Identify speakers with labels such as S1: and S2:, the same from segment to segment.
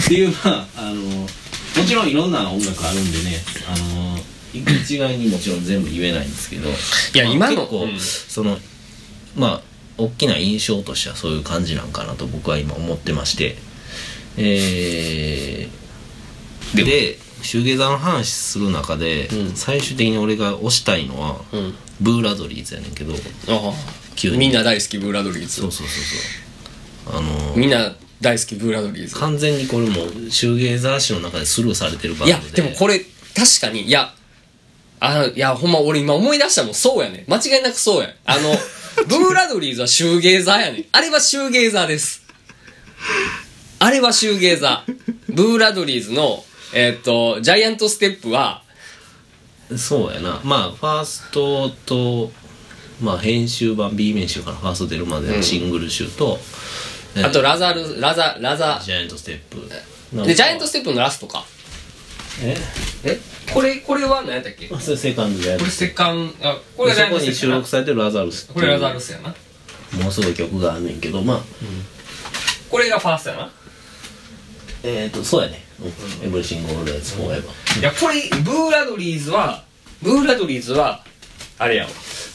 S1: っていうまああのもちろんいろんな音楽あるんでねあの一概にもちろん全部言えないんですけど
S2: いや
S1: まあ
S2: 今の
S1: 結構、
S2: うん
S1: そのまあ大きな印象としてはそういう感じなんかなと僕は今思ってましてえー
S2: で
S1: で
S2: も
S1: シューゲイザーの話する中で、
S2: うん
S1: 最終的に俺が推したいのは、
S2: うん
S1: ブーラドリーズやねんけど
S2: あ
S1: 急
S2: あ
S1: に
S2: みんな大好きブーラドリー
S1: そう
S2: ズ
S1: そうそうそうあの
S2: みんな大好きブーラドリーズ
S1: 完全にこれもうシューゲイザー誌の中でスルーされてるバン
S2: い
S1: ド
S2: や
S1: で
S2: でもこれ確かにいやあいやほんま俺今思い出したもんそうやね間違いなくそうやあ のブーラドリーズはシューゲーザーやねあれはシューゲーザーですあれはシューゲーザーブーラドリーズのえーっとジャイアントステップは
S1: そうやなまあファーストと、まあ、編集版 B 面集からファースト出るまでのシングル集と、え
S2: あとラザルラザラザ
S1: ジャイアントステップ
S2: でジャイアントス
S1: テ
S2: テップのラストか
S1: ップ
S2: えこれこれは何やったっけこ
S1: えそれセカンドジャイアント
S2: れ
S1: ステッ
S2: セカンあこ
S1: プ
S2: れ
S1: でそ
S2: がジャイアン
S1: こ
S2: トス
S1: に収
S2: テップやな
S1: 録されてるラザルスって
S2: こ
S1: いう
S2: れラザルスやな
S1: ものすごい曲があんねんけどまあ
S2: これがファーストやな
S1: えっ、ー、とそうやね、うん、エブリシング・オール・エツ・フォーエバー
S2: いやこれブーラドリーズはブーラドリーズはあれやん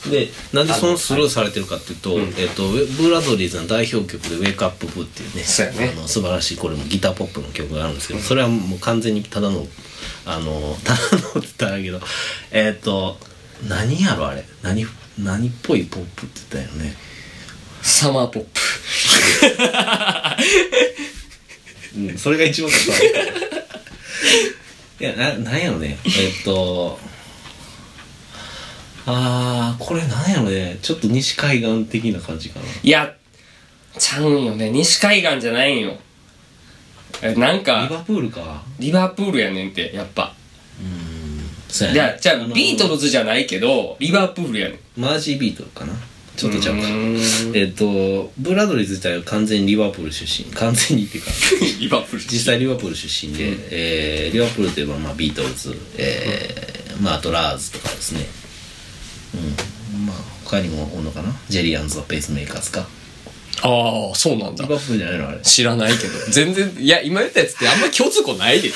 S1: でなんでそのスルーされてるかっていうと,、えー、とウェブーラドリーズの代表曲で「ウェイクアップブっていうね
S2: そうやね
S1: あの素晴らしいこれもギターポップの曲があるんですけどそれはもう完全にただのあの ただのって言ったらあれやけどえっ、と何やろあれ何何っぽいポップって言ったよね
S2: サマーポップ
S1: うん、それが一番かっ こいいいやななんやろねえっとあーこれなんやろねちょっと西海岸的な感じかない
S2: やちゃうんよね西海岸じゃないんよえなん
S1: リ
S2: か
S1: バプールか
S2: リバプールやねんってやっぱ
S1: そうや
S2: い
S1: ね
S2: やじゃ
S1: の
S2: あビートルズじゃないけどリバプールやねん
S1: マージービートルかなちょっと ちゃうか
S2: うーん
S1: えっとブラドリーズ自体は完全にリバプール出身完全にっ ていうか
S2: リバプール
S1: 実際リバプール出身で、えーリバプールといえば、まあ、ビートルズ、えーまあ、あとラーズとかですねうんまあ他にもおんのかなジェリーアンズはペースメーカーズか
S2: ああそうなん
S1: リ
S2: だ
S1: バプールじゃないのあれ
S2: 知らないけど全然いや今言ったやつってあんま共通項ない で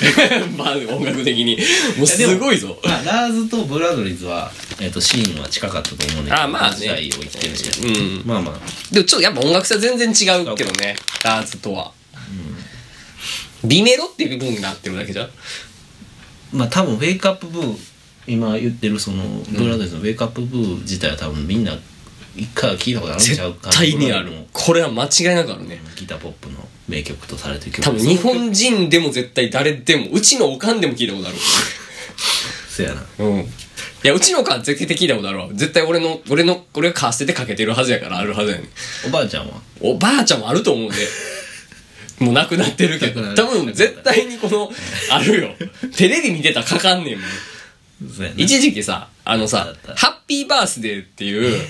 S2: まあ音楽的にもう
S1: やでも
S2: すごいぞ
S1: まあ、ラーズとブラドリーズは、えっとシーンは近かったと思うねんけど
S2: あまあね
S1: 時代を生きてるし、
S2: うん
S1: まあまあ
S2: でもちょっとやっぱ音楽性は全然違うけどねラーズとは、リメロっていう部分になってるだけじゃん
S1: まあ多分ウェイクアップブー今言ってるそのブラザーズのウェイクアップブー自体は多分みんな一回は聞いたことあるん
S2: 絶
S1: ちゃうか
S2: 対にある
S1: も
S2: これは間違いなくあるね
S1: ギターポップの名曲とされてる曲
S2: 多分日本人でも絶対誰でもうちのおかんでも聞いたことある
S1: そうやな
S2: うんいやうちのおかん絶対聞いたことあるわ絶対俺の俺の俺がカーステでかけてるはずやからあるはずやねん
S1: おばあちゃんは
S2: おばあちゃんもあると 思うねもうなくなってるけ
S1: な
S2: ど
S1: くな
S2: 多
S1: る
S2: 分絶対にこのあるよテレビ見てたらかかんねんもん
S1: そうやな
S2: 一時期さあの
S1: だ
S2: さ
S1: った
S2: 「ハッピーバースデー」っていう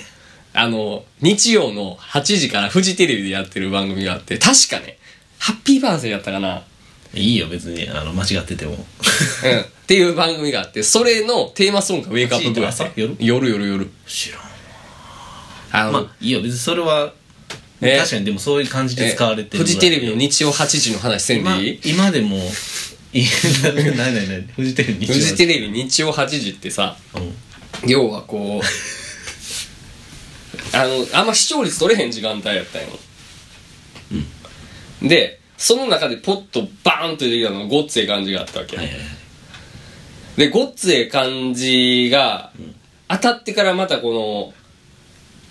S2: あの日曜の8時からフジテレビでやってる番組があって確かねハッピーバースデーだった かな、
S1: いいよ別にあの間違ってても
S2: うん、っていう番組があってそれのテーマソングが「ウェイクアップブー」
S1: 8時って朝
S2: 夜夜夜
S1: 知らん
S2: あの、
S1: まあいいよ別にそれは、
S2: え
S1: 確かにでもそういう感じで使われてる
S2: フジテレビ
S1: の
S2: の日曜8時の話せん
S1: 今
S2: でいい
S1: 今でもいいないないないフジテレビ
S2: フジテ
S1: レ
S2: レビ日曜8時ってさ
S1: ビ、うん
S2: 要はこ うあのあんま視聴率取れへん時間帯やったんよ、でその中でポッとバーンと出てきたのがごっつええ感じがあったわけ、
S1: はいはいはい
S2: でごっつええ感じが当たってからまたこの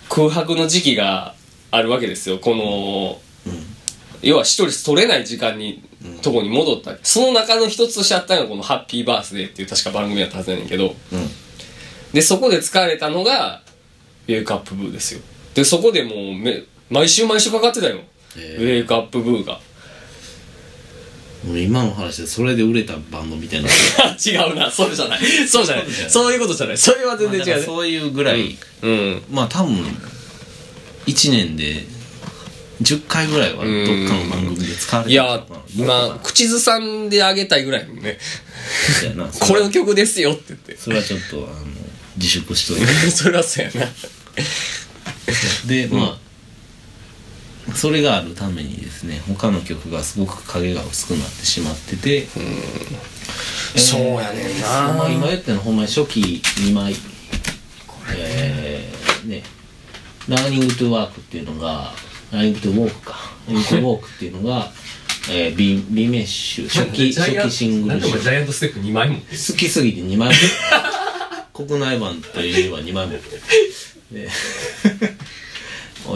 S2: 空白の時期があるわけですよこの、要は視聴率取れない時間に、とこに戻ったわけその中の一つとしてあったのがこの「ハッピーバースデー」っていう確か番組やったはずやねんけど、
S1: うん
S2: でそこで使われたのがウェイクアップブーですよでそこでもうめ毎週毎週かかってたよ、
S1: へえ
S2: ウェイクアップブーが
S1: もう今の話でそれで売れたバンドみたいな
S2: 違うなそうじゃないそうじゃない
S1: そうじゃない
S2: そういうことじゃないそれは全
S1: まあだ
S2: 然
S1: から
S2: 違うね
S1: そういうぐらい、
S2: うん
S1: まあ多分1年で10回ぐらいはどっかの番組で使われ
S2: い
S1: てるの
S2: や
S1: かな
S2: 今口ずさんであげたいぐらいのね
S1: そうやな
S2: これの曲ですよって言って
S1: それはちょっとあの自粛しとい
S2: それはそうやな
S1: てでまあ、それがあるためにですね他の曲がすごく影が薄くなってしまってて、えー
S2: そうやねんな
S1: ほんま今言ったのほんまに初期2枚えー、ね「ラーニング・トゥ・ワーク」っていうのが「ラーニング・トゥ・ウォーク」か「ラーニング・トゥ・ウォーク」っていうのが、えー、B, B メッシュ初期
S3: ジャ
S1: 初
S3: イアン
S1: 期シング
S3: なん
S1: ル
S3: でお前ジャイアントステップ2枚も
S1: 好きすぎて2枚目 国内版といえば2枚目で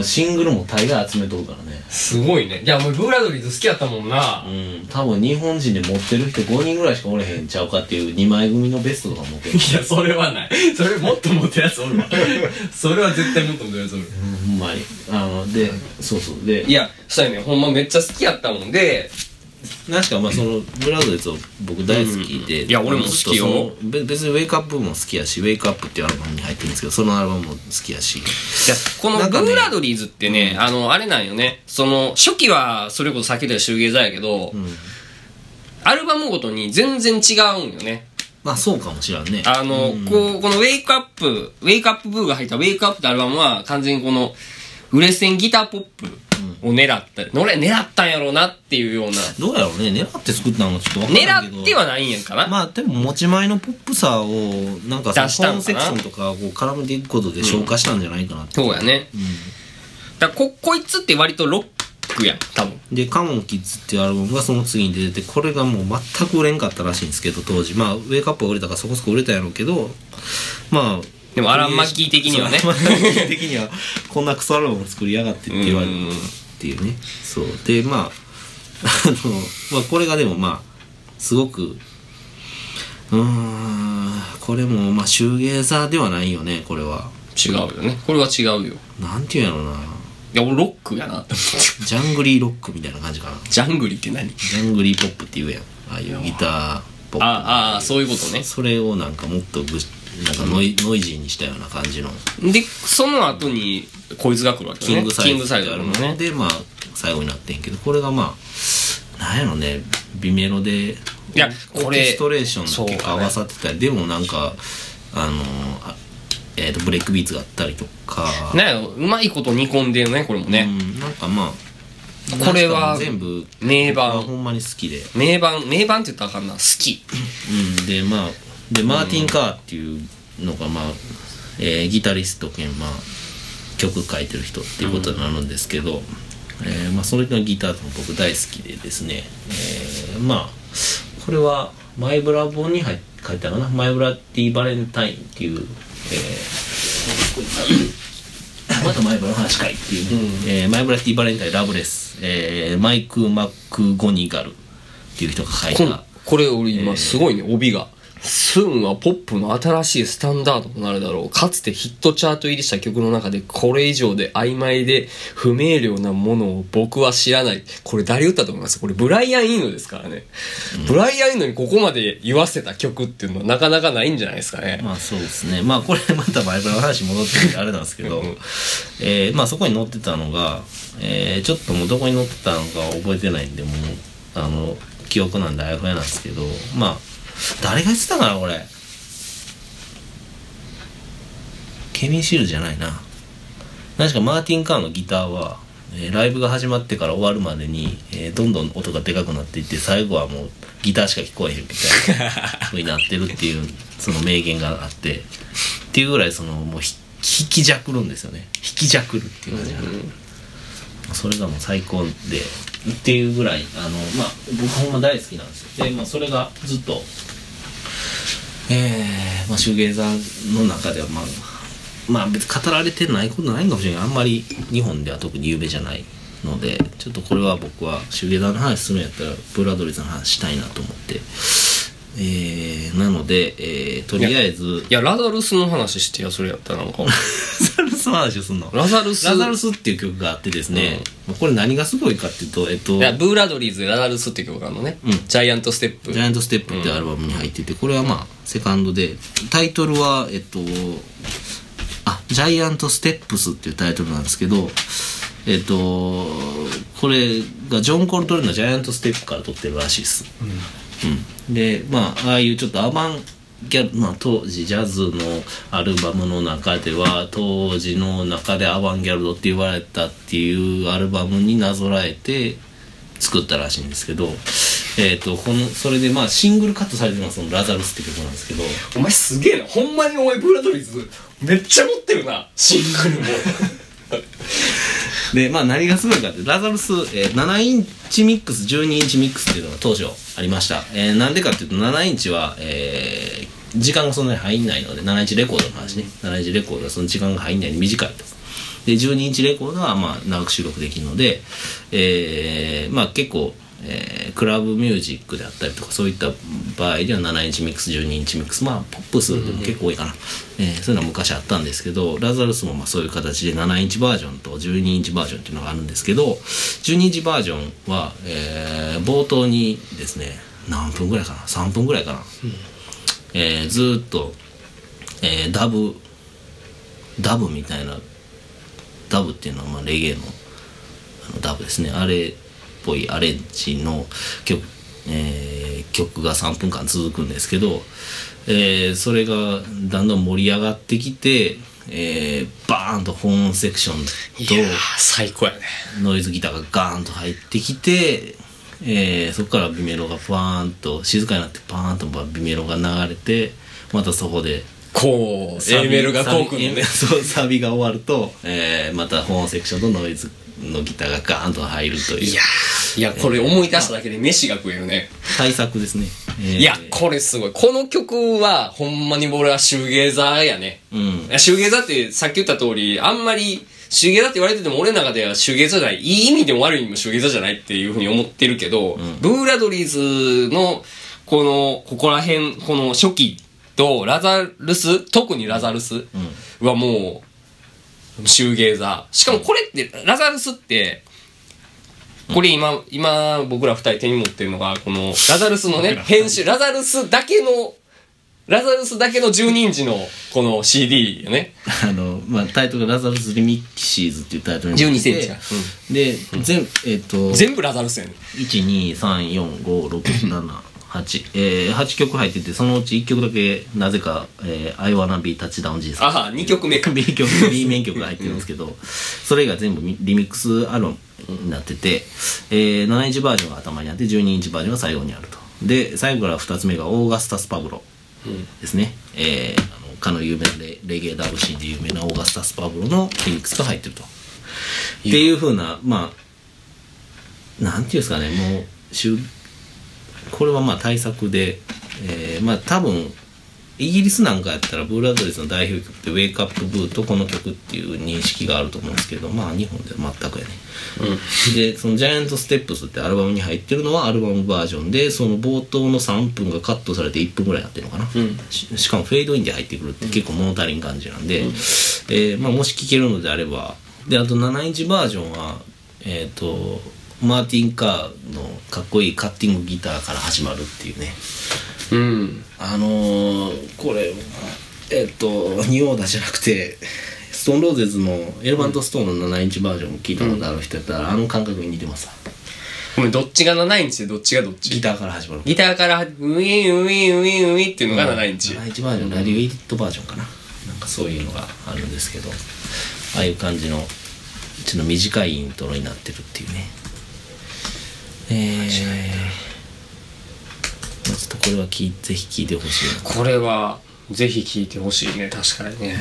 S1: シングルも大概集めとるからね
S3: すごいねいやお前ブーラドリーズ好きやったもんな
S1: うん多分日本人で持ってる人5人ぐらいしかおれへんちゃうかっていう2枚組のベストとか持ってる
S3: いやそれはないそれもっとモテやつおるわそれは絶対もっとモテやつおる
S1: うんほんまにあのでそうそうで
S2: いやそうやねんほんまめっちゃ好きやったもんで
S1: 確かまあそのブラウドやつを僕大好きで、
S2: うんいや俺も好き
S1: ずっとそ
S2: よ
S1: のべ別にウェイクアップも好きやしウェイクアップっていうアルバムに入ってるんですけどそのアルバムも好きやし
S2: いやこの
S1: なんかね
S2: ブーラドリーズってねあのあれなんよねその初期はそれこそ先でシューゲーザーやけど、
S1: ん
S2: アルバムごとに全然違うんよね
S1: まあそうかもしらんね
S2: あの、こうこのウェイクアップウェイクアップブーが入ったウェイクアップってアルバムは完全にこの売れ線ギターポップを狙った、俺狙ったんやろうなっていうような
S1: どうやろうね狙って作ったのかちょっとわからんけど
S2: 狙ってはないんやんかな、
S1: まあでも持ち前のポップさをなんかそ
S2: 出した
S1: のコ
S2: んかな
S1: ンセクションとかをこう絡めていくことで消化したんじゃないかなって、
S2: そうやね、だからここいつって割とロックやん多分
S1: で「カモンキッズ」っていうアルバムがその次に出ててこれがもう全く売れんかったらしいんですけど当時まあウェイクアップは売れたからそこそこ売れたやろうけどまあ
S2: でもアランマッキー的にはね
S1: そうアランマッキー的にはこんなクソアルバム作りやがってって言われる
S2: うん
S1: っていうねそうでまああの、まあ、これがでもまあすごくうーんこれもまあシューゲーザーではないよねこれは
S2: 違うよねこれは違うよ
S1: なんていうんやろうない
S2: や俺ロックやな って思って
S1: ジャングリーロックみたいな感じかな
S2: ジャングリって何
S1: ジャングリーポップって言うやんああいうギターポップ
S2: ああそういうことね
S1: それをなんかもっとぐなんかノイノイジーにしたような感じの
S2: でその後にこいつが来るわけよ
S1: キ
S2: ね
S1: ングサイズ
S2: ズ
S1: あ
S2: あ
S1: る
S2: る
S1: の
S2: もんね
S1: でまあ最後になってんけどこれがまあなんやろね微メロでい
S2: いやこ
S1: オ
S2: れ
S1: ーケストレーションと結構合わさってたり、でもなんかあのあえー、とブレイクビーツがあったりとか、
S2: なんやろうまいこと煮込んでるねこれも
S1: う
S2: ね、
S1: ん、なんかまあ
S2: これは
S1: 全部
S2: 名
S1: 僕は
S2: 盤
S1: ほんまに好きで、
S2: 名盤名盤って言ったらあかんな好き
S1: うん、でまあでマーティン・カーっていうのがまあ、えーギタリスト兼まあ曲書いてる人っていうことになるんですけど、えーまあ、その人のギターとも僕大好きでですね、えーまあこれは「マイブラ本に入っ書いてあるかな「マイブラティ・バレンタイン」っていう、えーまたマイブラの話かいっていうね、えーマイブラティ・バレンタイン・ラブレス、えーマイク・マック・ゴニガルっていう人が書い
S2: こ
S1: た
S2: んこれ俺今すごいね、帯が「スーンはポップの新しいスタンダードとなるだろうかつてヒットチャート入りした曲の中でこれ以上で曖昧で不明瞭なものを僕は知らない」これ誰言ったと思いますこれブライアン・イーノですからね、ブライアン・イーノにここまで言わせた曲っていうのはなかなかないんじゃないですかね、
S1: まあそうですね。まあこれまたバイブラの話戻ってるんであれなんですけど、えーまあそこに載ってたのが、えーちょっともうどこに載ってたのか覚えてないんで、もう、あの、記憶なんであやふやなんですけど、まあ、誰が言ってたかな、これ。ケミーシールじゃないな。確かマーティン・カーのギターは、えーライブが始まってから終わるまでに、えーどんどん音がでかくなっていって最後はもうギターしか聞こえへんみたいな風になってるっていうその名言があってっていうぐらいそのもうひ引きじゃくるんですよね引きじゃくるっていう感じが、それがもう最高でっていうぐらいあのまあ僕ほんま大好きなんですよで、まあ、それがずっとえーまあ、シューゲーザーの中ではまあまあ別に語られてないことないんかもしれないあんまり日本では特に有名じゃないのでちょっとこれは僕はシューゲーザーの話するんやったらブラドリーさんの話したいなと思ってえー、なので、えー、とりあえず
S2: いやラザルスの話してやそれやったらなんか
S1: ラザルスの話をすんの
S2: ラザルス
S1: ラザルスっていう曲があってですね、まあこれ何がすごいかっていうとえっと
S2: いやブーラドリーズでラザルスって曲があるのね、ジャイアントステップ
S1: ジャイアントステップってアルバムに入ってて、これはまあ、セカンドで、タイトルは、えっと、あ、ジャイアントステップスっていうタイトルなんですけど、えっと、これがジョン・コルトレーンのジャイアントステップから撮ってるらしいです。うん。で、まあ、ああいうちょっとアバンギャまあ、当時ジャズのアルバムの中では当時の中でアバンギャルドって言われたっていうアルバムになぞらえて作ったらしいんですけど、えー、とこのそれでまあシングルカットされてるのがその「ラザルス」って曲なんですけど
S2: お前すげえなほんまにお前ブラドリーズめっちゃ持ってるなシングルも
S1: で、まあ、何がすごいかってラザルス、えー7インチミックス12インチミックスっていうのが当初ありましたえーな、んでかっていうと7インチは、えー時間がそんなに入んないので7インチレコードの話ね7インチレコードはその時間が入んないので短いとで12インチレコードはまあ長く収録できるので、えーまあ、結構、えークラブミュージックであったりとかそういった場合では7インチミックス12インチミックスまあポップスでも結構多いかな、えーそういうのは昔あったんですけどラザルスもまあそういう形で7インチバージョンと12インチバージョンっていうのがあるんですけど12インチバージョンは、えー冒頭にですね何分ぐらいかな3分ぐらいかな、えーずーっと、えーダブダブみたいなダブっていうのはまあレゲエのあのダブですねあれっぽいアレンジの曲,、えー曲が3分間続くんですけど、えーそれがだんだん盛り上がってきて、えーバーンとホーンセクションと。
S2: 最高やね
S1: ノイズギターがガーンと入ってきて、えーそこからビメロがパーンと静かになってパーンとビメロが流れてまたそこで
S2: こう
S1: サビ
S2: A メルがこうくん
S1: サビ
S2: ね
S1: そうサビが終わると、えーまたホーンセクションとノイズのギターがガーンと入るという
S2: いやいやこれ思い出しただけで飯が食えるね
S1: 対策ですね、えー
S2: いやこれすごいこの曲はほんまに俺はシューゲーザーやね
S1: うん
S2: いやシューゲーザーってさっき言った通りあんまりシューゲーザーって言われてても俺の中ではシューゲーザーじゃないいい意味でも悪い意味でもシューゲーザーじゃないっていうふうに思ってるけど、ブーラドリーズのこのここら辺この初期とラザルス特にラザルスはもうシューゲーザーしかもこれってラザルスってこれ今、今僕ら二人手に持ってるのが、この、ラザルスのね、編集、ラザルスだけの、ラザルスだけの12インチの、この CD よね。
S1: あのまあ、タイトルが「ラザルス・リミキシーズ」っていうタイトルに
S2: 12
S1: して
S2: センチか
S1: で、全えっ、と
S2: 全部ラザルスやね。
S1: 1234567えー、8曲入っててそのうち1曲だけなぜか「えー、I wanna be touchdown Jesus」
S2: あは、2曲目か。
S1: B 曲 B 面曲が入ってるんですけどそれ以外全部リリミックスアルバムになってて、えー、7インチバージョンが頭にあって12インチバージョンが最後にあるとで最後から2つ目がオーガスタス・パブロですね、えーあのかの有名なレレゲエダブシーで有名なオーガスタス・パブロのリミックスが入ってるとっていうふうなまあなんていうんですかねもうしゅこれはまあ対策で、えーまあ多分イギリスなんかやったらブーラドリスの代表曲って「ウェイクアップブー」とこの曲っていう認識があると思うんですけどまあ日本では全くやね、でその「ジャイアント・ステップス」ってアルバムに入ってるのはアルバムバージョンでその冒頭の3分がカットされて1分ぐらいになってるのかな、ししかもフェードインで入ってくるって結構物足りん感じなんで、えーまあ、もし聴けるのであればであと7インチバージョンはえっ、とマーティン・カーのかっこいいカッティングギターから始まるっていうね
S2: うん。
S1: あのーこれえっとニオーダじゃなくてストーンローゼズのエレファントストーンの7インチバージョンを聞いたことある人やったら、あの感覚に似てます
S2: ごめん、どっちが7インチでどっちがどっち
S1: ギターから始まる
S2: ギターから、ウィンウィンウィンウィンっていうのが7インチ。
S1: 7インチバージョンラディオエディットバージョンかななんかそういうのがあるんですけどああいう感じのちょっと短いイントロになってるっていうねえー、まあちょっとこれは聞いぜひ聞いてほしいな
S2: これは、ぜひ聴いてほしいね、確かにね。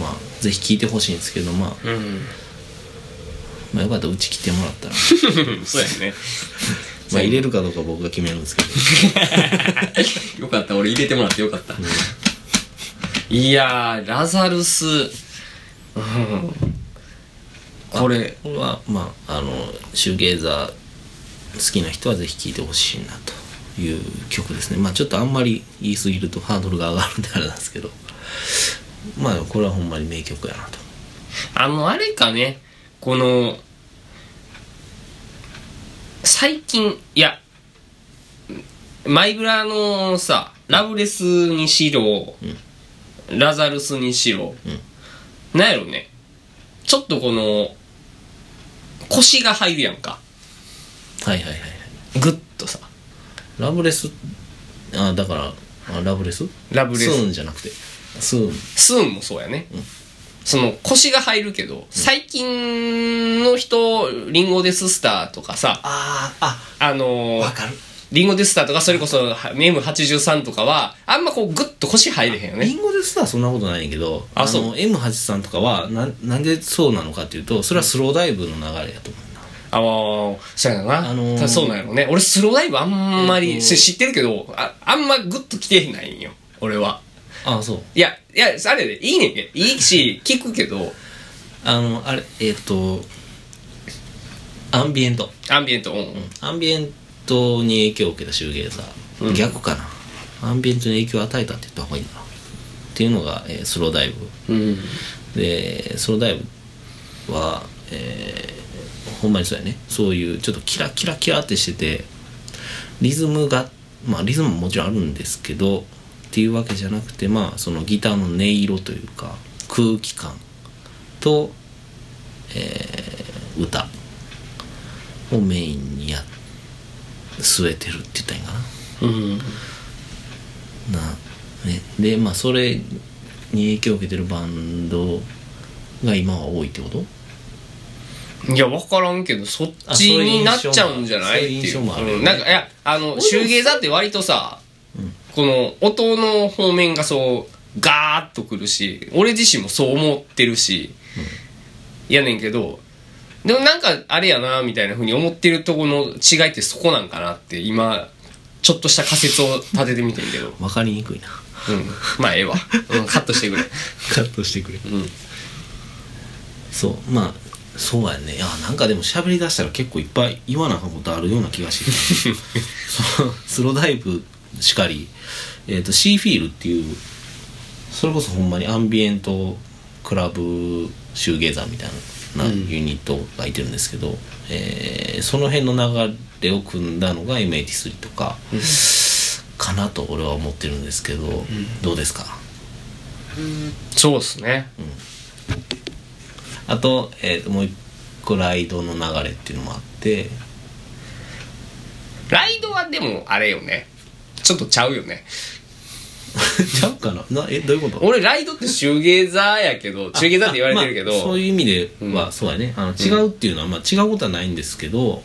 S1: まあぜひ聞いてほしいんですけど、まあ、
S2: うん。
S1: まあよかったらうち来てもらったら
S2: そうやね。
S1: まあ入れるかどうか僕が決めるんですけど
S2: よかった、俺入れてもらってよかった。いやー、ラザルス、うん、これ、
S1: これはまああのシューゲーザー好きな人はぜひ聴いてほしいなという曲ですねまあちょっとあんまり言い過ぎるとハードルが上がるんであれなんですけ どまあこれはほんまに名曲やなと
S2: あの、あれかね、この、最近、いや、マイブラのさ、ラブレスにしろ、ラザルスにしろ、なんやろね、ちょっとこの、腰が入るやんか。
S1: はいはいはいはい
S2: グッとさ。
S1: ラブレスあだからあラブレス
S2: ラブレス
S1: スーンじゃなくてスーン
S2: スーンもそうやね、その腰が入るけど最近の人リンゴデススターとかさ
S1: ああ
S2: あのー
S1: わかる
S2: リンゴデスターとかそれこそ M83 とかはあんまこうグッと腰入れへんよ
S1: リ
S2: ね
S1: ンゴでスターそんなことないんやけど
S2: あそう
S1: の M8 さんとかはななんでそうなのかっていうとそれはスローダイブの流れやと思うな
S2: あのーそうやな、
S1: あのー
S2: ただそうなんやろね俺スローダイブあんまり、
S1: えっと
S2: し知ってるけどああんまグッと来てないんよ俺は
S1: あそう
S2: いやいやあれでいいねんけいいし聞くけど
S1: あのあれえっ、とアンビエント
S2: アンビエントうんうん
S1: アンビエントに影響を受けたシューゲーザー、
S2: うん
S1: 逆かなアンビエントに影響を与えたって言った方がいいのかなっていうのが、えースローダイブ
S2: うん
S1: でソロダイブは、えーほんまにそうやねそういうちょっとキラキラキラってしててリズムがまあリズムももちろんあるんですけどっていうわけじゃなくてまあそのギターの音色というか空気感と、えー歌をメインにや据えてるって言ったらいいんかな。
S2: うん
S1: な、ね、でまあそれに影響を受けてるバンドが今は多いってこと
S2: いや、わからんけど、そっ
S1: あ
S2: ち
S1: そういう印
S2: に
S1: 象も
S2: なっちゃうんじゃない
S1: そういう
S2: ってい
S1: 印象
S2: う。
S1: もあるよね
S2: うんなんか、いや、あの、シューゲーザーって割とさ、この音の方面がそう、ガーッとくるし、俺自身もそう思ってるし、やねんけど、でもなんかあれやな、みたいな風に思ってるとこの違いってそこなんかなって、今、ちょっとした仮説を立ててみてん けど。うん。
S1: 分かりにくいな
S2: まあ、ええわ。うん、カットしてくれ。
S1: カットしてくれ
S2: うん。
S1: そうまあそうやねいやなんかでも喋りだしたら結構いっぱい言わなあかんことあるような気がしてきたそのスローダイブしかり、えー、とシーフィールっていうそれこそほんまにアンビエントクラブシューゲーザーみたいな
S2: うん
S1: ユニットがいてるんですけど、えーその辺の流れを組んだのが M83 とかかなと俺は思ってるんですけど、どうですか
S2: そうっすね。
S1: あと,、えーともう一個ライドの流れっていうのもあって
S2: ライドはでも、あれよね。ちょっとちゃうよね。
S1: ちゃうかななえどういうこと
S2: 俺ライドってシューゲーザーやけどシューゲーザーって言われてるけど、
S1: まあそういう意味では、
S2: うん
S1: そうやねあの違うっていうのは、まあ、違うことはないんですけど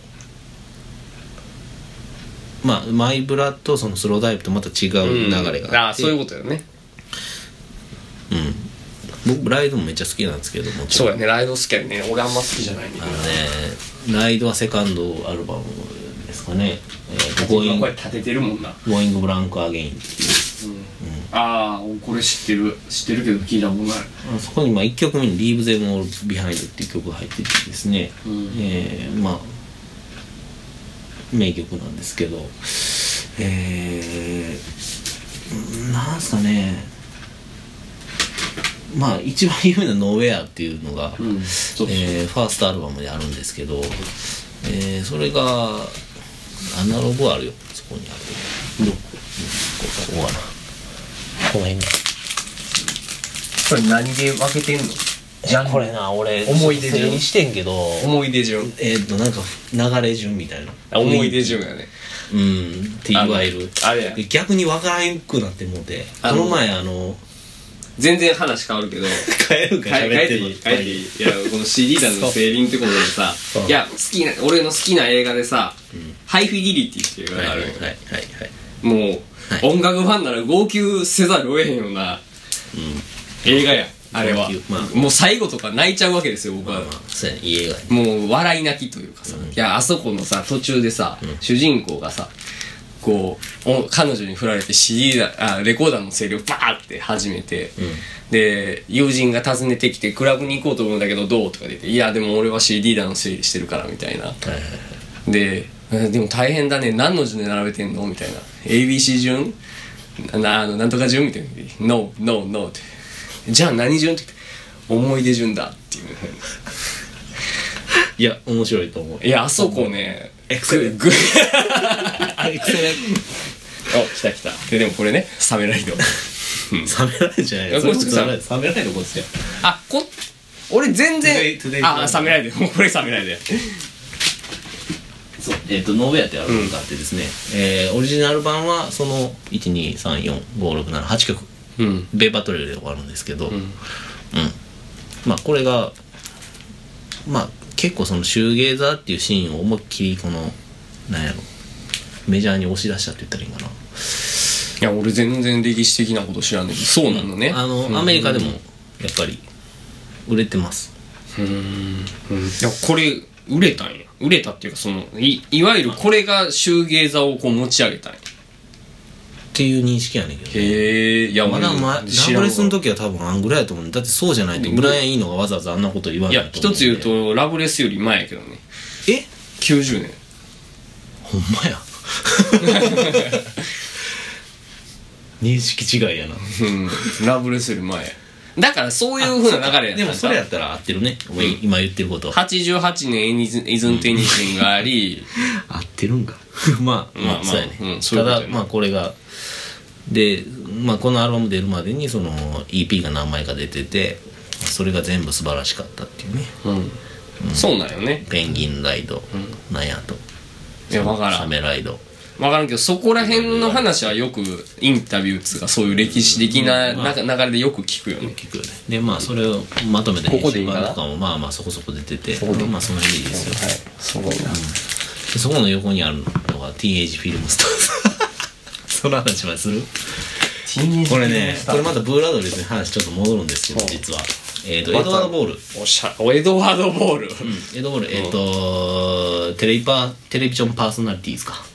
S1: まあマイブラとそのスローダイブとまた違う流れ
S2: うん
S1: が
S2: あ
S1: あ
S2: あ
S1: って、
S2: そういうことだよね
S1: うん僕ライドもめっちゃ好きなんですけどもち
S2: そう
S1: ろん
S2: やねライド好きやね俺あんま好きじゃないね
S1: あのねライドはセカンドアルバムですかね「えー、ゴイン
S2: 今これ立ててるもんな、
S1: ゴイングブランクアゲイン」
S2: ああこれ知ってる知ってるけど聞いたもんない
S1: あそこにまあ1曲目に「Leave Them All Behind」っていう曲が入っててですね、
S2: うん
S1: えーまあ名曲なんですけどえー、なんすかねまあ一番有名な「Nowhere」っていうのが、
S2: うんそう
S1: えーファーストアルバムであるんですけど、えーそれがアナログあるよそこにあるどこここかなこの辺が。
S2: これ何で分けてんのジャンル
S1: これな俺
S2: 思い出順
S1: 整理してんけど
S2: 思い出順
S1: えーっ、となんか流れ順みたいな
S2: あ思い出順やね
S1: うんっていわゆる
S2: あのあれや
S1: 逆に分からんくなってもうて
S2: あ
S1: こ
S2: の
S1: の前あの
S2: 全然話変わるけど
S1: カエルが
S2: 帰
S1: 喋
S2: っ
S1: ってて
S2: い
S1: る
S2: い帰っていいいやこの CD だの整輪ってことでさ
S1: うん
S2: いや好きな俺の好きな映画でさ、ハイフィギリティっていう映画
S1: はい
S2: があ
S1: はい
S2: る、
S1: はいはい
S2: も
S1: は
S2: う、音楽ファンなら号泣せざるを得へんような映画や、あれは
S1: 号泣まあ。
S2: もう最後とか泣いちゃうわけですよ、僕
S1: まあ
S2: は
S1: ま。あそうやね家がね
S2: もう笑い泣きというかさ、いや、あそこのさ、途中でさ、主人公がさ、こう、お彼女に振られて CD だ、あ、レコーダーの整理をバーって始めて、で、友人が訪ねてきて、クラブに行こうと思うんだけど、どうとか出て、いや、でも俺は CD だの整理してるから、みたいな。
S1: はいはいはい
S2: で「えーでも大変だね何の順で並べてんの?」みたいな「ABC 順なあのなんとか順?」みたいな「No No No」って「じゃあ何順?」って言って「思い出順だ」っていう
S1: いや面白いと思う
S2: いやあそこね
S1: エクセレン
S2: ググ
S1: あれ
S2: お来た来た ででもこれねサメライド
S1: サメライじゃない
S2: いや
S1: よ
S2: これちょっと
S1: サメライサメライのこっちや
S2: あこ俺全然
S1: Today- Today-
S2: あサメライドもうこれサメライドや
S1: そうえっ、と、ノーウェアってアルバムがあってですね、えーオリジナル版はその、1、2、3、4、5、6、7、8曲、
S2: うん
S1: ベーパートレイルで終わるんですけど、
S2: ん
S1: まあこれがまあ結構そのシューゲーザーっていうシーンを思いっきりこのなんやろメジャーに押し出したって言ったらいいんかない
S2: や俺全然歴史的なこと知らんねんけどそうなのね
S1: あの、アメリカでもやっぱり売れてます
S2: うんいやこれ売れたんや売れたっていうかそのいいわゆるこれがシューゲーザーをこう持ち上げたんや
S1: っていう認識やねんけど
S2: へえいや
S1: まだ、ま、ラブレスの
S2: 時
S1: 時は多分あんぐらいやと思うだってそうじゃないとブライアン・イーノがわざわざあんなこと言わないい
S2: や
S1: と思
S2: 一
S1: うん
S2: つ
S1: で
S2: 言うとラブレスより前やけどね
S1: え
S2: 90年
S1: ほんま や認識違いやな
S2: うん ラブレスより前だからそういうふうな流れやった
S1: でもそれやったら合ってるね、お前今言ってること
S2: 88年イズンテニシンがあり
S1: 合ってるんか まあま
S2: まあま
S1: あ
S2: あ
S1: そうやね、
S2: うんそう
S1: た
S2: いうこと
S1: だ
S2: やね
S1: まあこれがで、まあ、このアルバム出るまでにその EP が何枚か出ててそれが全部素晴らしかったっていうね
S2: うんそうなんよ
S1: 「
S2: ね
S1: ペンギンライド」なんやと
S2: いや分か
S1: サ
S2: らん
S1: メライド」
S2: 分からんけどそこら辺の話はよくインタビューっつうかそういう歴史的なな流れでよく聞くよね
S1: 結局ねでまあそれをまとめて
S2: ここでいいかな
S1: 版とかもまあまあそこそこ出てて
S2: こでいい
S1: まあその辺でいいですよ
S2: はいすごいな
S1: でそこの横にあるのが TH フィルムスターズ その話はするこれねこれまたブーラードレスに話ちょっと戻るんですけど
S2: ほう
S1: 実はえっ、と
S2: ま
S1: エ
S2: た
S1: ドワード・ボール
S2: おしゃおエドワード・ボール
S1: エドワード・ボールえっ、とテレビパーテレビジョンパーソナリティーズか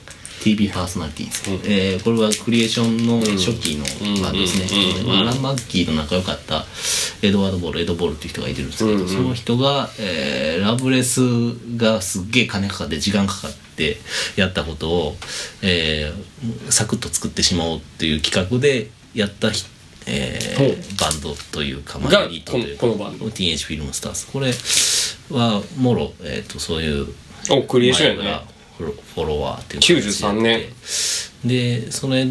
S1: TV パーソナリティーズ、えーこれはクリエーションの初期のバンドですね、まあアラン・マッキーと仲良かったエドワード・ボールエド・ボールっていう人がいてるんですけど、その人が、えーラブレスがすっげえ金かかって時間かかってやったことを、えーサクッと作ってしまおうっていう企画でやったひ、えー
S2: ほう
S1: バンドというかま
S2: が
S1: あユニットというか
S2: このこのバンド
S1: ティーンエイジフィルムスターズこれはもろ、えー、とそういう
S2: おクリエーションやね
S1: フォロフォロワーっていう形で
S2: 93年
S1: でそのエ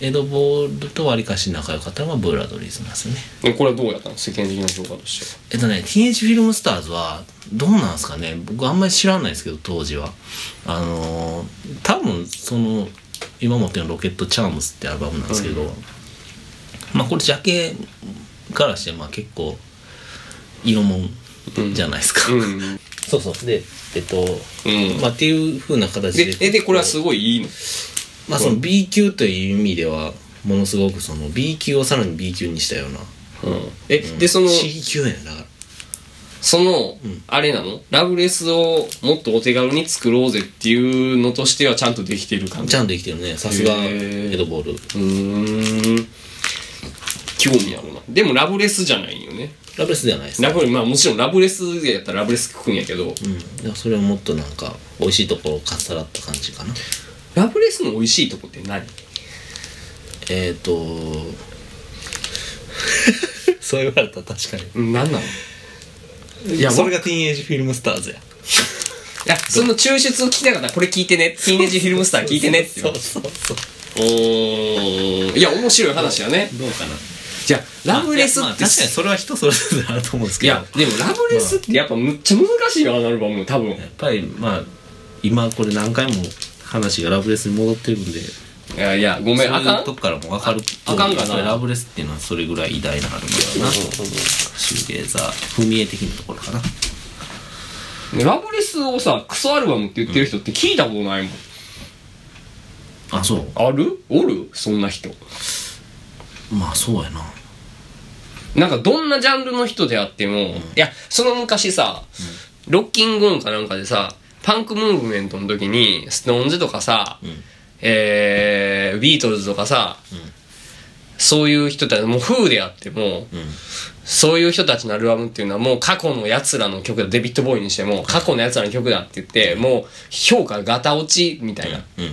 S1: エド・ボールとわりかし仲良かったのがブーラドリーズなんですよね
S2: でこれはどうやったの世間的な評価として
S1: えっとね、ティーンエイジフィルムスターズは、どうなんですかね僕あんまり知らないですけど、当時は。あのー、多分、その、今持ってるロケットチャームスってアルバムなんですけど、まあこれ、ジャケからして、まあ結構、色もんじゃないですか。
S2: うん
S1: そうそう。で、えっと、
S2: うん
S1: まあっていう風な形で
S2: で。えでこれはすごいいいの
S1: まあその B 級という意味では、ものすごくその B 級をさらに B 級にしたような。
S2: えでその
S1: C 級やねだから。
S2: その、あれなのラブレスをもっとお手軽に作ろうぜっていうのとしてはちゃんとできてる感
S1: ち
S2: じ。
S1: ゃんと生きてるね。さすが、
S2: へー
S1: エドボール。
S2: うーん。興味あるな。でもラブレスじゃないよね。
S1: ラブレスではないですね。
S2: ラブまあもちろんラブレスやったらラブレス聞くんやけ
S1: う
S2: ど、
S1: ん。でもそれはもっとなんか、美味しいところをかっさらった感じかな。
S2: ラブレスの美味しいとこって何
S1: えっ、ー、と そう言われたら確か
S2: うん何なの
S1: に。
S2: いや
S1: それがティーンエイジフィルムスターズや。
S2: いや、その抽出を聞きながらこれ聞いてね。ティーンエイジフィルムスター聞いてねっていう
S1: そう。そうそう。
S2: おーいや、面白い話やね。
S1: どうかな。
S2: じゃあ、ラブレス
S1: まあ
S2: っ
S1: 確
S2: て
S1: かにそれは人それぞれあると思うんです
S2: い
S1: けど。
S2: や、でもラブレスってやっぱむっちゃ難しいよ、あのアルバム、多分。
S1: やっぱりまあ、今これ何回も話がラブレスに戻ってるんで、
S2: いやいや、ご
S1: そ
S2: め、
S1: うん
S2: あか
S1: い
S2: ん
S1: うと。こからも分かると
S2: ああかんかな
S1: やっぱりラブレスっていうのはそれぐらい偉大なアルバムだな。シューゲーザー、踏み絵的なところかな。
S2: ラブレスをさ、クソアルバムって言ってる人って聞いたことないもん。
S1: あ、そう。
S2: あるおるそんな人。
S1: まあそうやな
S2: なんかどんなジャンルの人であっても、いや、その昔さ、ロッキングオンかなんかでさ、パンクムーブメントの時に、ストーンズとかさ、
S1: ん
S2: えー、ビートルズとかさ、そういう人たち、もうフーであっても、
S1: ん
S2: そういう人たちのアルバムっていうのはもう過去の奴らの曲だ、デビッド・ボーイにしても、過去の奴らの曲だって言って、もう評価ガタ落ちみたいな。
S1: うんうん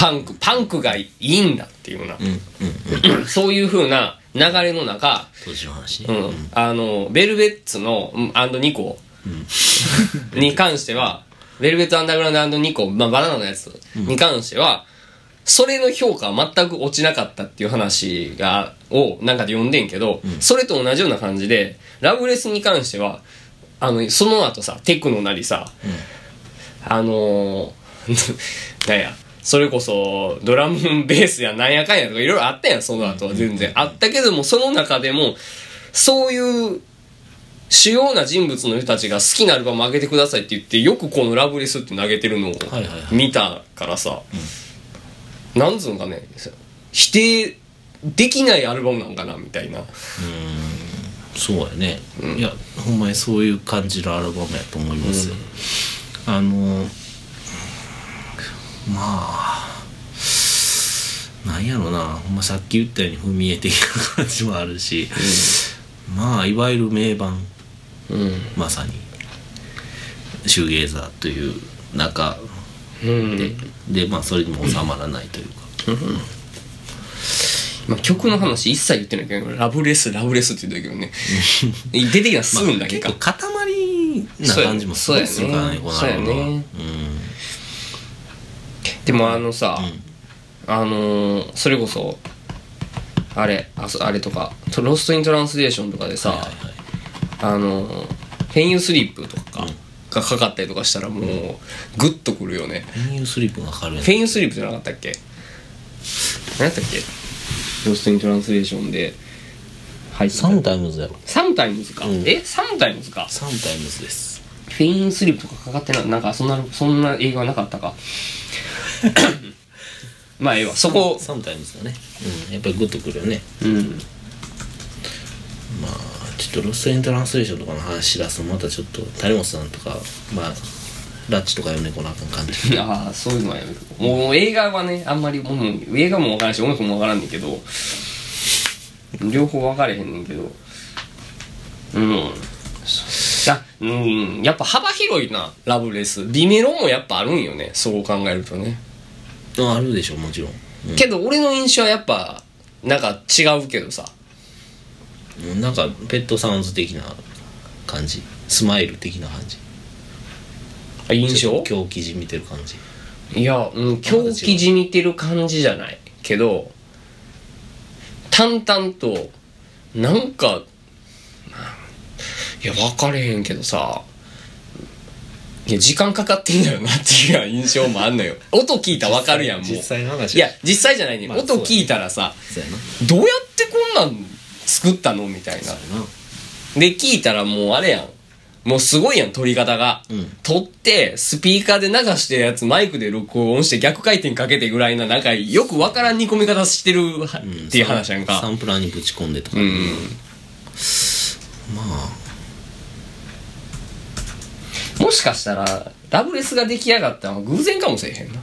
S2: パンク、パンクがいいんだっていうような、
S1: うんうんうん
S2: そういう風な流れの中、
S1: 当時の話
S2: う
S1: ね
S2: ん、あの、ベルベッツの、うん、アンド2個、に関しては、ベルベッツアンダーグラウンドアンド2個、まあ、バナナのやつに関しては、それの評価は全く落ちなかったっていう話が、をなんかで読んでんけど、それと同じような感じで、ラブレスに関しては、あの、その後さ、テクノなりさ、あのー なんやそれこそドラムベースやなんやかんやとかいろいろあったやんその後は全然あったけどもその中でもそういう主要な人物の人たちが好きなアルバム上げてくださいって言ってよくこの「ラブレス」って投げてるのを
S1: はいはいはい
S2: 見たからさ、なんつうのかね否定できないアルバムなんかなみたいな
S1: そうやね、いやほんまにそういう感じのアルバムやと思いますよ、あのまあなんやろなほんまさっき言ったように踏み絵的な感じもあるし、まあいわゆる名盤
S2: うん
S1: まさにシューゲーザーという中
S2: うん
S1: でまあそれにも収まらないというか、
S2: まあ、曲の話一切言ってないけどラブレスラブレスって言ってたけ どね出てきたらすぐんだけ
S1: 結
S2: か、
S1: 構塊な感じもすごいするからねこのア
S2: そうや
S1: ル
S2: ね
S1: バムは、う
S2: そうや
S1: ん
S2: ねでもあのさ、あのーそれこそあれあそあれとか「ロスト・イン・トランスレーション」とかでさ、
S1: はいはいはい
S2: あのー「フェイン・スリープ」とかがかかったりとかしたらもうグッとくるよね、
S1: フェインスリープが軽い
S2: フェインスリープじゃなかったっけ何やったっけロスト・イン・トランスレーションで入ってた
S1: サムタイムズやろ
S2: サムタイムズか、
S1: うん
S2: えサムタイムズか
S1: サムタイムズです
S2: フェインスリープとかかかってななんかそんなそんな映画はなかった かまあええわそこ
S1: サムタイムズだねうんやっぱりグッとくるよね
S2: うん
S1: まあちょっとロストイントランスレーションとかの話し出すとまたちょっと谷本さんとかまあラッチとか読んでこなあかん感じ
S2: ああそういうのはやめとこうもう映画はねあんまりもう映画も分からんし音楽も分からんねんけど両方分かれへんねんけどうんあうんやっぱ幅広いなラブレスリメロもやっぱあるんよねそう考えるとね、
S1: ああるでしょもちろん
S2: けど俺の印象はやっぱなんか違うけどさ
S1: うんなんかペットサウンズ的な感じスマイル的な感じ
S2: 印象
S1: 狂気じみてる感じ
S2: いや、うん、狂気じみてる感じじゃないけど淡々となんかいや分かれへんけどさいや時間かかってんだよなっていう印象もあん のよ音聞いたら分かるやんもう
S1: 実際の話
S2: いや実際じゃないね、
S1: まあ
S2: 音聞いたらさ
S1: そうやな
S2: どうやってこんなん作ったのみたいな
S1: そうやな
S2: で聞いたらもうあれやんもうすごいやん撮り方が、
S1: うん
S2: 撮ってスピーカーで流してるやつマイクで録音して逆回転かけてぐらいななんかよくわからん煮込み方してるは
S1: ん
S2: っていう話やん
S1: サ
S2: か
S1: ンプラーにぶち込んでとか、
S2: うん、
S1: まあ
S2: もしかしたらラブレスが出来上がったのは偶然かもしれへんな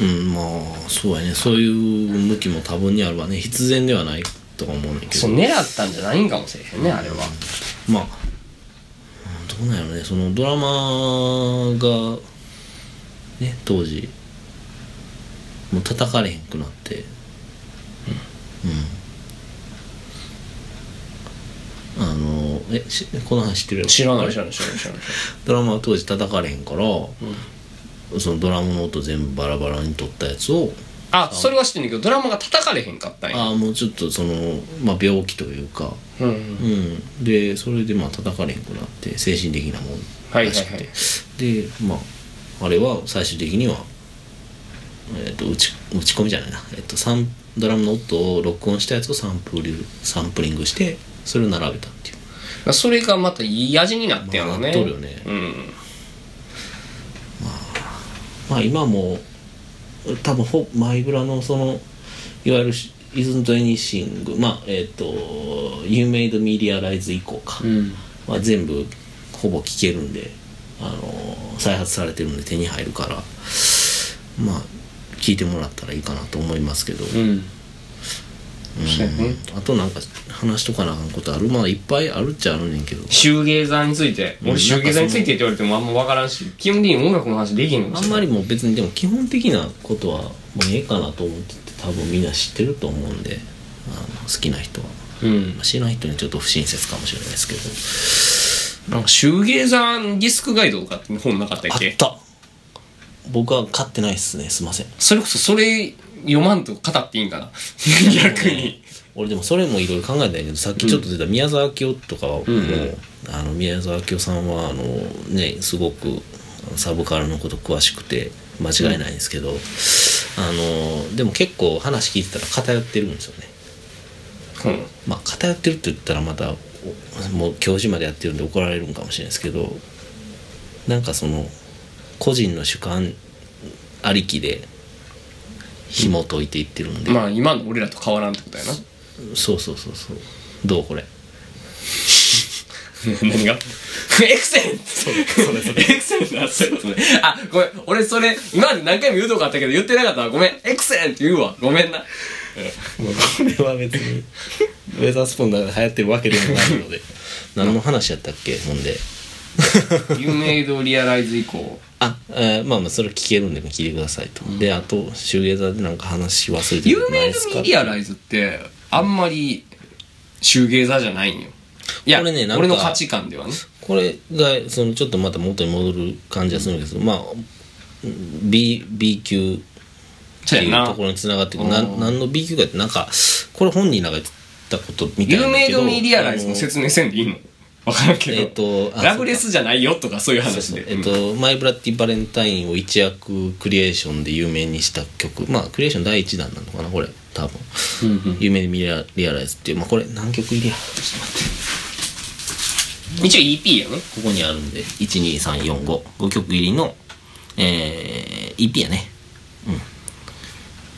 S1: うんまあそうやねそういう向きも多分にあるわね必然ではないとか思うねんだけ
S2: そ
S1: ど
S2: う狙ったんじゃないんかもしれへんねあれは
S1: まあうんどうなんやろねそのドラマがね当時もう叩かれへんくなってうん、あのえしこの話知ってるよ
S2: 知らない知らない知らない知らない
S1: ドラマは当時叩かれへんから、そのドラムの音全部バラバラに取ったやつを
S2: あそれは知ってんねんけどドラマが叩かれへんかったんや
S1: ああもうちょっとその、まあ、病気というか、
S2: うん、
S1: うん、でそれでまあ叩かれへんくなって精神的なもん
S2: はい
S1: ら
S2: はい
S1: し
S2: は
S1: く
S2: い
S1: てでまああれは最終的には、えっと打ち打ち込みじゃないな、えっとサンドラムの音を録音したやつをサンプルサンプリングしてそれを並べたっていう
S2: まあそれがまたいい味になってやろ
S1: ま
S2: う
S1: あ
S2: ね
S1: なっとるよね
S2: うん
S1: まあ今も多分ほマイグラのそのいわゆるし「Isn't Anything」まあえっ、と「You Made Me Realize」以降か、
S2: うん
S1: まあ、全部ほぼ聴けるんで、あのー再発されてるんで手に入るからまあ聴いてもらったらいいかなと思いますけど、
S2: うんそうや
S1: う
S2: ね
S1: んあとなんか話しとかなあかんことあるまあいっぱいあるっちゃあるねんけど
S2: シューゲーザーについて俺シューゲーザーについてって言われてもあんま分からんし基本的に音楽の話できへんの
S1: あんまりもう別にでも基本的なことはもうええかなと思ってて多分みんな知ってると思うんであの好きな人は。
S2: うん
S1: まあ知らない人にちょっと不親切かもしれないですけど
S2: なんかシューゲーザーディスクガイドとかって本なかった
S1: あ
S2: っ
S1: っ
S2: け
S1: た僕は買ってないっすねすいません
S2: それこそそれ読まんと語っていいんかな 逆に
S1: 俺でもそれもいろいろ考えたんやけどさっきちょっと出た宮沢明夫とかはもう、
S2: んうん
S1: あの宮沢明夫さんはあのねすごくサブカルのこと詳しくて間違いないんですけど、あのでも結構話聞いてたら偏ってるんですよね
S2: うん
S1: まあ偏ってるって言ったらまたおもう教授までやってるんで怒られるんかもしれないですけどなんかその個人の主観ありきで紐解いていってるんで、
S2: まあ今の俺らと変わらんってことやな
S1: そうそうそうそうどうこれ
S2: 何が エクセレントエクセレントなそういうことねあごめん俺それ今まで何回も言うとこあったけど言ってなかったわごめんエクセレント言うわごめんな
S1: これは別にウェザースポーンだから流行ってるわけでもないので 何の話やったっけほんで
S2: 有名度リアライズ以降
S1: あ、えーまあまあそれ聞けるんで聞いてくださいと、であとシューゲーザーでなんか話忘れてる
S2: 有
S1: ことない
S2: 名
S1: で
S2: 度
S1: すか
S2: にリアライズってあんまりシューゲーザーじゃないんよいや
S1: これねなんか
S2: 俺の価値観ではね
S1: これがそのちょっとまた元に戻る感じがするんですけど、まあうん B, B 級って
S2: そう
S1: い
S2: や
S1: う
S2: な
S1: ところにつながってくるな
S2: うん
S1: 何の B 級かってなんかこれ本人なんか言ったことみたいな
S2: 有
S1: んだ
S2: 名
S1: けど
S2: 度にリアライズの説明せんでいいのわからんけど、
S1: えっとあ
S2: ラブレスじゃないよとかそういう
S1: そう
S2: 話
S1: そう
S2: で
S1: えっと、マイ・ブラッディ・バレンタインを一躍クリエーションで有名にした曲まあクリエーション第一弾なのかなこれ多分
S2: うんうん
S1: 有名にリアリアライズっていう、まあ、これ何曲入りやちょっと待って
S2: 一応 EP やね
S1: ここにあるんで123455曲入りの、えー、EP やね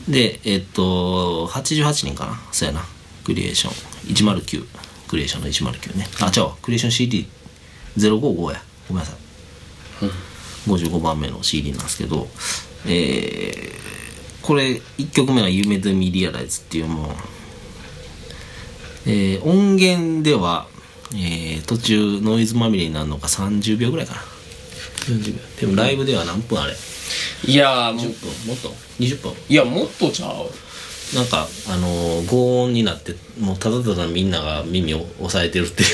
S1: うんでえっと88人かなそうやなクリエーション109クリエーションの109ねあ違うわクリエーション CD055 やごめんなさい55番目の CD なんですけどえー、これ1曲目は「夢でミリアライズ」っていうもうえー音源では、えー途中ノイズまみれになるのが30秒ぐらいかな40秒でもライブでは何分あれ
S2: いやーもう
S1: 10分もっと20分
S2: いやもっとちゃう
S1: なんかあのー、轟音になってもうただただみんなが耳を押さえてるって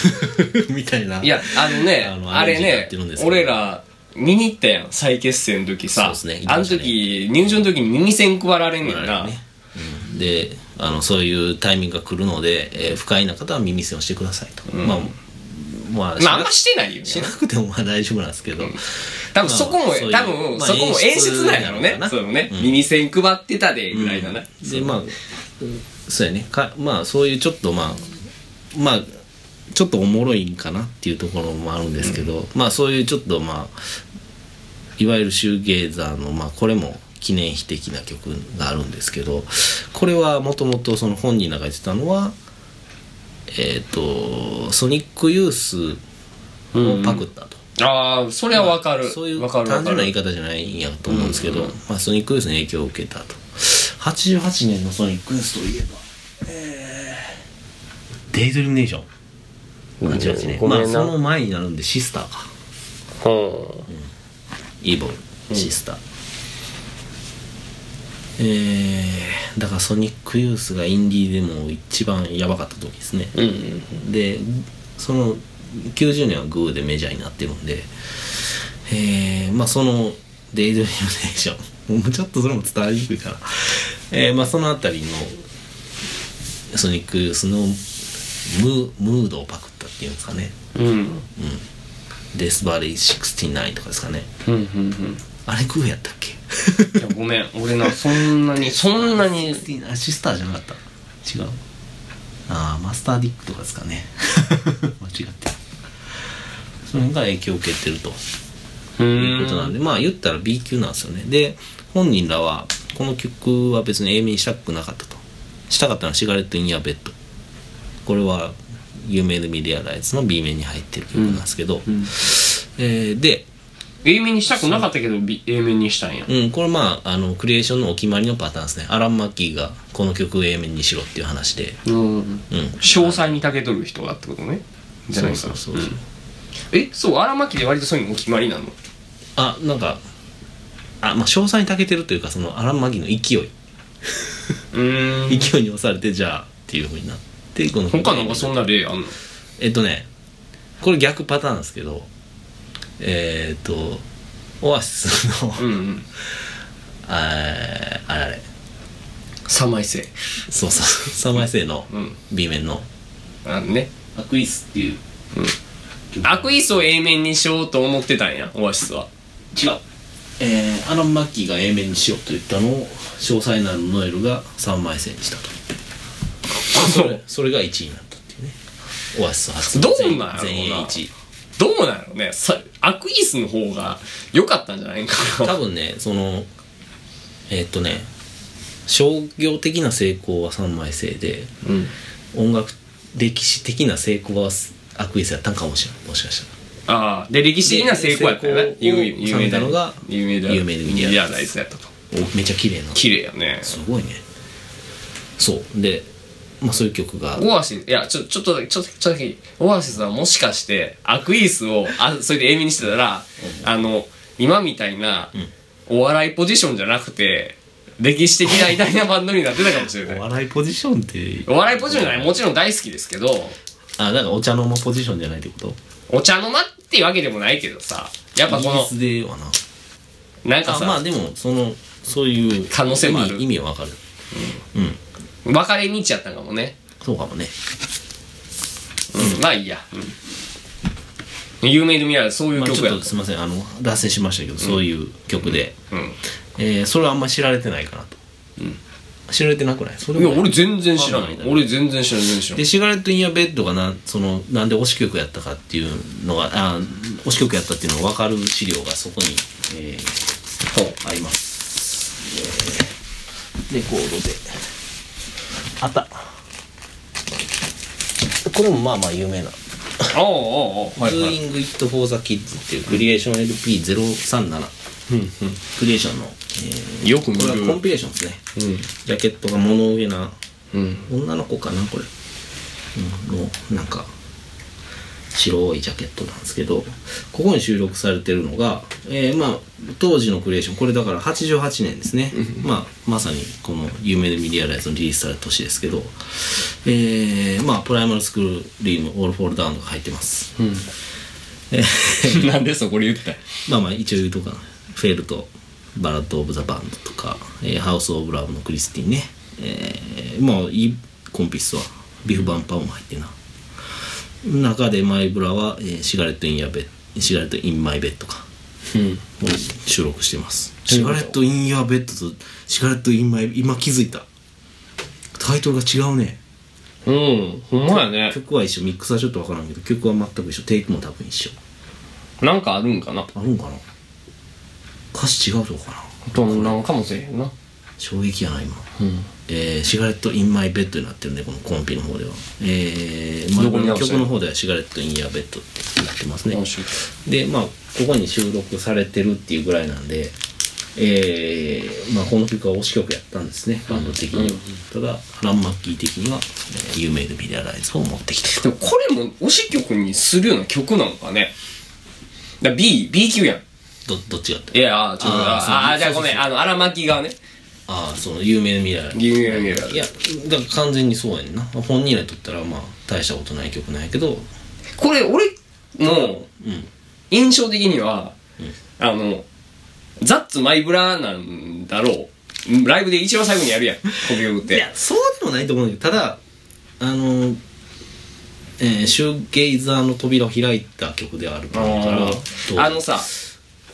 S1: いう みたいない
S2: やあのね
S1: あ
S2: あ
S1: の
S2: れ
S1: アレンジやっ
S2: ね
S1: てるんですけど
S2: 俺ら見に行ったやん再結成の時さ
S1: そうですね行き
S2: あ
S1: ま
S2: の
S1: したね
S2: 時入場の時に耳栓配られんねんな、
S1: ねうんであのそういうタイミングが来るので、えー不快な方は耳栓をしてくださいと、まあまあ
S2: まああんましてないよね
S1: しなくてもまあ大丈夫なんですけど、
S2: 多分そこも、
S1: まあそういう
S2: 多分
S1: まあ
S2: そこも演出なんやろ
S1: 演出なの
S2: ね
S1: かな
S2: そうね、
S1: うん
S2: 耳栓配ってたでぐらいだな、
S1: うんでまあそうやねかまあそういうちょっとまあまあちょっとおもろいんかなっていうところもあるんですけど、まあそういうちょっとまあいわゆるシューゲーザーの、まあ、これも記念碑的な曲があるんですけどこれはもともとその本人が言ってたのはえっ、とソニックユースをパクったと。
S2: ああそれはわかる、
S1: そういう
S2: わか
S1: 単
S2: るわ
S1: 純
S2: か
S1: な言い
S2: る
S1: 方じゃないんやと思うんですけど、まあ、ソニックユースに影響を受けたと88年のソニックユースといえばえー、デイズルミネーション88年、
S2: ご
S1: ま
S2: め
S1: あ
S2: んな
S1: その前になるんでシスターか
S2: ほ
S1: イーボンシスター、えー、だからソニックユースがインディーでも一番やばかった時ですね、
S2: ううん
S1: でその90年はグーでメジャーになってるんでえーまあその「デイドリームネーション」もうちょっとそれも伝わりにくいから、えーまあそのあたりのソニックユースのムームードをパクったっていうんですかね
S2: うん
S1: 「デスバレー69」とかですかね
S2: うんうんうん
S1: あれグーやったっけ
S2: いやごめん俺なそんなにそんなに
S1: 69あシスターじゃなかった違うああマスターディックとかですかね 間違ってるその辺が影響を受けてると
S2: う
S1: いうことなんで、まあ言ったら B 級なんですよねで本人らはこの曲は別に A 面にしたくなかったとしたかったのはシガレット・イン・ヤ・ベッドこれは有名でミリアライズの B 面に入ってる曲なんですけど、
S2: んうん
S1: えーで、
S2: A 面にしたくなかったけど B- A 面にしたんや
S1: うん、これまああのクリエーションのお決まりのパターンですねアラン・マッキーがこの曲を A 面にしろっていう話で、
S2: うん
S1: うん、
S2: 詳細にたけとる人だってことねじゃないか
S1: そう
S2: ら
S1: そうそうそう、
S2: えそう荒牧で割とそういうのお決まりなの
S1: あなんかあまあ詳細に長けてるというかそのアラン・マッキーの勢い
S2: うん
S1: 勢いに押されてじゃあっていうふうになってこの曲
S2: 他なんかそんな例あんの
S1: えっとねこれ逆パターンですけどえーっとオアシスの、
S2: うんうん
S1: えーあれあれ
S2: 三枚性
S1: そうそう三枚性の
S2: うん
S1: B 面の
S2: あのね
S1: 「アクイス」っていう
S2: アクイスを A 面にしようと思ってたんやオアシスは
S1: 違うえーアラン・マッキーが A 面にしようと言ったのを詳細なるノエルが3枚線にしたとそれそれが1位になったっていうねオアシス初の
S2: ど
S1: 全
S2: んなんやろうな
S1: 全英1位
S2: どうなんやろうねさアクイスの方が良かったんじゃないんか
S1: 多
S2: な
S1: 分ねそのえーっとね商業的な成功は3枚制で
S2: うん
S1: 音楽歴史的な成功はアクイスやったんかもしれないもしかしたら
S2: ああで歴史的な成功やったよね
S1: で
S2: 有
S1: 成功を
S2: 有名
S1: 収めたのが
S2: 有名だ
S1: 有名な
S2: ミリアナイズやったと
S1: おめっちゃ綺麗な
S2: 綺麗やね
S1: すごいねそうで、まあ、そういう曲が
S2: オアシスいやちょちょっとだけちょっとちょっとだけオアシスはもしかしてアクイースをあそれで A ミにしてたら、あの今みたいなお笑いポジションじゃなくて歴史的な偉大なバンドになってたかもしれない
S1: 笑いポジションって
S2: お笑いポジションじゃないもちろん大好きですけど
S1: あなんかお茶の間ポジションじゃないってこと
S2: お茶の間っていうわけでもないけどさやっぱ
S1: イ
S2: こ
S1: ギリ
S2: の
S1: スではな
S2: なんか
S1: あ
S2: さ、
S1: まあでもそのそういう
S2: 可能性もあ
S1: 意
S2: る
S1: 味意味はわかるうん
S2: 別れ道やったんかもね、
S1: そうかもね
S2: うん、まあいいや、うん、有名で見られるそういう
S1: まあ、ち
S2: 曲
S1: ょっ
S2: やっ
S1: と
S2: た、
S1: すみませんあの脱線しましたけど、そういう曲で、
S2: う
S1: えーそれはあんま知られてないかなと、知られてなくないそれ
S2: ん、い
S1: も
S2: や俺全然知らない
S1: わかんない
S2: 俺全然知らない全然知らない
S1: でシガレット・イン・ヤ・ベッドがなそのなんで推し曲やったかっていうのがあ推し曲やったっていうのが分かる資料がそこに、えー
S2: ほう
S1: あります、えーレコードであったこれもまあまあ有名な
S2: ああああああ
S1: 「Doing It for the Kids」っていうクリエーション LP037 クリエーションの、えー
S2: よく見
S1: こ
S2: る
S1: れはコンピレーションですねジャケットが物上な
S2: うん
S1: 女の子かなこれ、うん、のなんか白いジャケットなんですけどここに収録されてるのが、えーまあ、当時のクリエーションこれだから88年ですね、まあ、まさにこの有名でミディアライズのリリースされた年ですけど、えーまあ、プライマルスクールリームオールフォールダウンが入ってます、えー
S2: なんでそこで言った
S1: まあまあ一応言うとかなフェルトバラッド・オブ・ザ・バンドとか、えーハウス・オブ・ラブのクリスティンね、えーまあいいコンピスはビフ・バンパーも入ってな中でマイブラは、えーシガレット・イン・ヤベシガレット・イン・マイ・ベッドか
S2: うん
S1: を収録してますシガレット・イン・ヤベッドとシガレット・イン・マイ今気づいたタイトルが違うね
S2: うんほんまやね
S1: 曲は一緒ミックスはちょっと分からんけど曲は全く一緒テイクも多分一緒
S2: なんかあるんかな
S1: あるんかな歌詞違うとこかな
S2: どんなんかもせえへんな
S1: 衝撃やな今
S2: うん
S1: えーシガレット・イン・マイ・ベッドになってるんでこのコンピの方ではえー、
S2: どこに
S1: ま
S2: 直
S1: あ、
S2: した
S1: 曲の方ではシガレット・イン・ヤ・ベッドってなってますね
S2: 面白い
S1: でまあここに収録されてるっていうぐらいなんでえー、まあこの曲は推し曲やったんですねバンド的には、ただアラン・マッキー的には、えー有名でビデアライズを持ってきてる
S2: でもこれも推し曲にするような曲なんかねだ B B 級やん
S1: どどっちがって
S2: いやあーちょっと
S1: あーそう
S2: あーあーじゃあ
S1: そ
S2: ご
S1: うそうそう
S2: めんあの荒巻がね
S1: ああその有名でビデアライズ
S2: 有名なビデアライズ
S1: いやだから完全にそうやねんな本人らにとったらまあ大したことない曲なんやけど
S2: これ俺の
S1: うん
S2: 印象的には、あのザッツマイブラなんだろうライブで一番最後にやるやんこの曲って
S1: いやそうでもないと思うんだけどただあの、えーシューゲイザーの扉を開いた曲ではあるから
S2: あのさ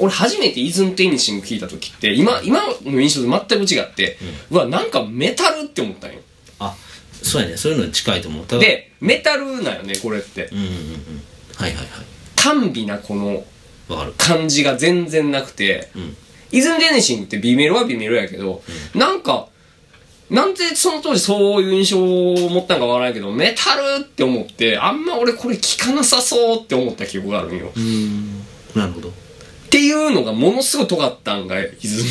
S2: 俺初めてイズムテニシング聞いた時って今今の印象と全く違って、うわなんかメタルって思ったんよ
S1: あそうやねそういうのに近いと思うただ
S2: でメタルなんよねこれって
S1: うんうんうんはいはいはい
S2: 甘美なこの
S1: わかる
S2: 感じが全然なくて、
S1: ん
S2: イズムテニシングってビメロはビメロやけど、なんかなんでその当時そういう印象を持ったんかわからないけどメタルって思ってあんま俺これ聞かなさそうって思った記憶があるんよ、
S1: うーんなるほど
S2: っていうのがものすごい尖ったんが、いず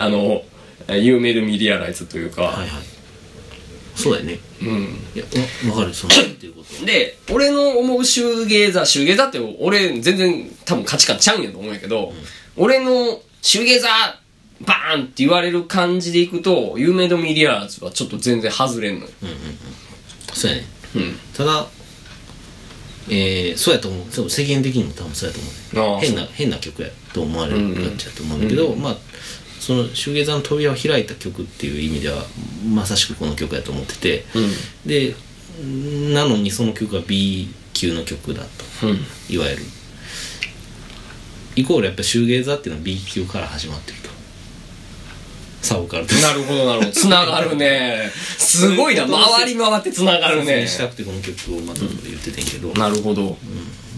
S2: あの、有名でミリアライズというか、
S1: はいはいそうだよね
S2: うん。
S1: いやわわかるそのっていうこと
S2: で、俺の思うシューゲーザー、シューゲーザーって俺全然多分価値観ちゃうんやと思うんやけど、俺のシューゲーザー、バーンって言われる感じでいくと、有名でミリアライズはちょっと全然外れんのよ。
S1: そうやね
S2: うん。
S1: ただえー、そうやと思うそう世間的にも多分そうやと思うね
S2: ああ
S1: 変な変な曲やと思われるやつやと思うんだけど、まあその「シュウゲイザーの扉を開いた曲」っていう意味ではまさしくこの曲やと思ってて、でなのにその曲が B 級の曲だと、
S2: うん
S1: いわゆるイコールやっぱシューゲーザーっていうのは B 級から始まってるとサブカルと
S2: なるほどなるほどつながる ねすごいな回り回ってつながる
S1: 説明
S2: ね
S1: したくてこの曲をまた言っててんけど、
S2: なるほど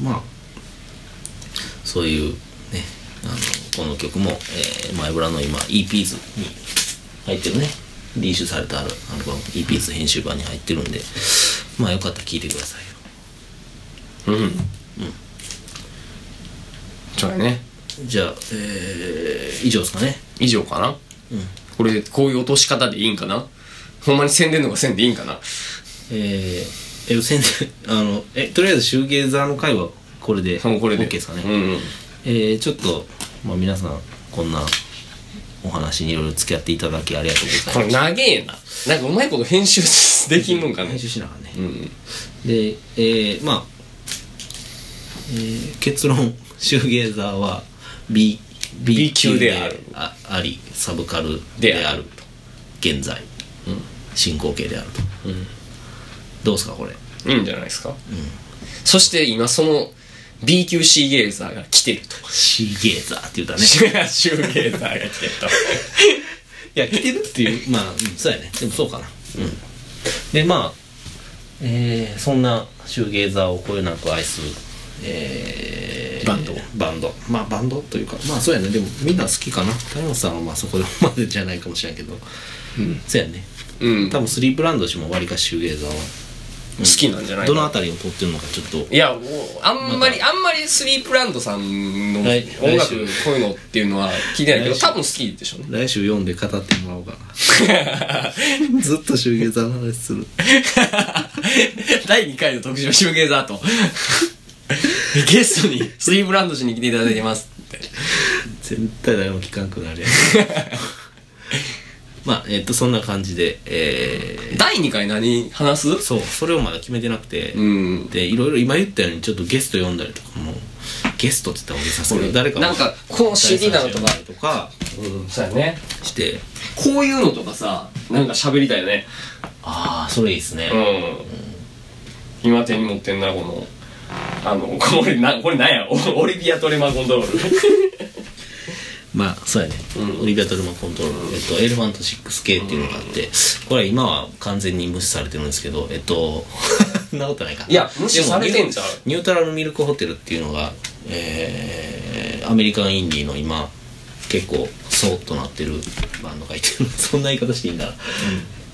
S1: まあそういうねあのこの曲も、えー、マイブラの今 EPs に入ってるねリーシュされたアルアルバム EPs 編集版に入ってるんでまあよかったら聴いてくださいよ
S2: うんそうやね
S1: じゃあ、えー、以上ですかね
S2: 以上かな、これこういう落とし方でいいんかなほんまに宣伝のがせんでいいんかな
S1: えー、え先生あのえとりあえずシューゲーザーの回はこれで
S2: もうこれで
S1: OK ですかね、
S2: うんうん
S1: えー、ちょっと、まあ、皆さんこんなお話にいろいろ付き合っていただきありがとうございます
S2: これ長えななんかうまいこと編集できんのんかね
S1: 編集しながらね、
S2: うん
S1: でえー、まあ、えー結論 シューゲーザーは B,
S2: B 級である
S1: あありサブカル
S2: で
S1: で
S2: ある
S1: あると現在、進行形であると、どうですかこれ
S2: いいんじゃないですか、そして今その B 級 C ゲーザーが来てると
S1: C ゲーザーって言ったね
S2: シュゲーザーが来てると
S1: いや来てるっていうまあうんそうやねでもそうかなうんでまあえーそんなシューゲーザーをこよなく愛する、えー
S2: バンド
S1: バンドまあバンドというかまあそうやねでもみんな好きかな谷本さんはまあそこまでじゃないかもしれないけど、そうやね
S2: うん
S1: 多分スリープランド氏もわりかしシューゲーザー
S2: 好きなんじゃな
S1: はいど
S2: か
S1: の辺りを取ってるのかちょっと
S2: いやもうあんまり、あんまりスリープランドさんの音
S1: 来
S2: 楽こう
S1: 来週
S2: いうのっていうのは聞いてないけど
S1: 来週
S2: 多分好きでしょうね
S1: 来週読んで語ってもらおうかなずっとシューゲーザーの話する
S2: 第2回の特集はシューゲーザーとゲストにスリープランド氏に来ていただいてますって
S1: 絶対誰も聞かんくなる やんまあえっ、とそんな感じでえ
S2: 第2回何話
S1: ー
S2: す
S1: そうそれをまだ決めてなくて、
S2: うん
S1: でいろいろ今言ったようにちょっとゲスト読んだりとかもゲストって言ったら大げさですけど誰かを
S2: なんかこの CD なのとか
S1: とか、うん
S2: そうやね
S1: して
S2: こういうのとかさなんか喋りたいよね
S1: ああそれいいですね、
S2: うん今手に持ってんなこのあのこれなこれなんや オオリビア・トレマコントロー
S1: まあそうやね、
S2: うん
S1: オリビア・トルマンコントロール、えっと、エレファント 6K っていうのがあって、これは今は完全に無視されてるんですけどえっと そんなことないか
S2: いや無視されてんじゃん
S1: でもニューニュートラルミルクホテルっていうのが、えーアメリカンインディーの今結構そうっとなってるバンドがいて そんな言い方していいんだ、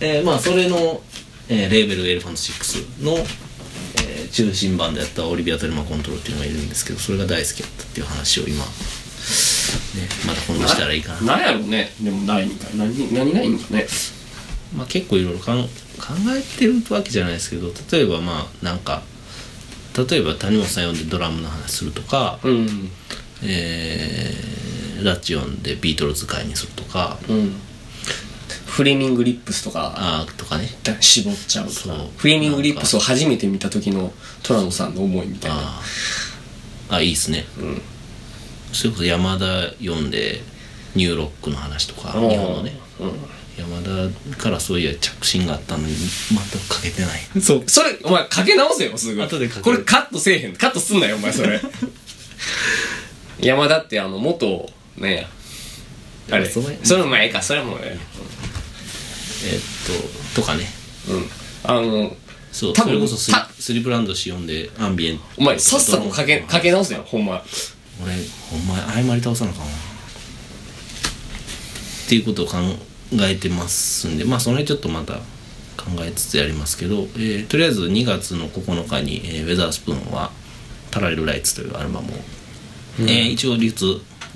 S1: えーまあそれの、えーレーベルエレファント6の、えー中心版でやったオリビア・トルマンコントロールっていうのがいるんですけどそれが大好きだったっていう話を今ね、また今度したらいいかな
S2: ル なんやろうねでも第2回何何ないんかね
S1: まあ、結構いろいろかん考えてるわけじゃないですけど例えばまあなんか例えば谷本さん呼んでドラムの話するとか、
S2: うん
S1: えーラッチオンでビートルズ会にするとか、
S2: うんフレーミング・リップスとか
S1: あーとかね
S2: 絞っちゃうと
S1: そ
S2: か
S1: う
S2: フレーミング・リップスを初めて見た時のトラノさんの思いみたいな
S1: あーあいいですね、それこそ山田読んでニューロックの話とか
S2: うん
S1: 日本のね
S2: う
S1: 山田からそういや着信があったのに全くかけてない
S2: んそうそれお前かけ直せよすぐ
S1: 後でかける
S2: これカットせえへんカットすんなよお前そ れ山田ってあの元ねやあれ
S1: そ
S2: そ
S1: の
S2: れ
S1: 辺
S2: もええかそれもえ
S1: えーっととかね
S2: えうんあの
S1: そう
S2: 多
S1: そ
S2: 分
S1: れこそスリ
S2: た
S1: スリープランド氏読んでアンビエント
S2: お前さっさとかけかけ直せよほんま
S1: 俺ほんまに謝り倒さなあかんわっていうことを考えてますんでまあその辺ちょっとまた考えつつやりますけど、えーとりあえず2月の9日に、えーウェザースプーンは「パラレルライツ」というアルバムを、えー一応流通、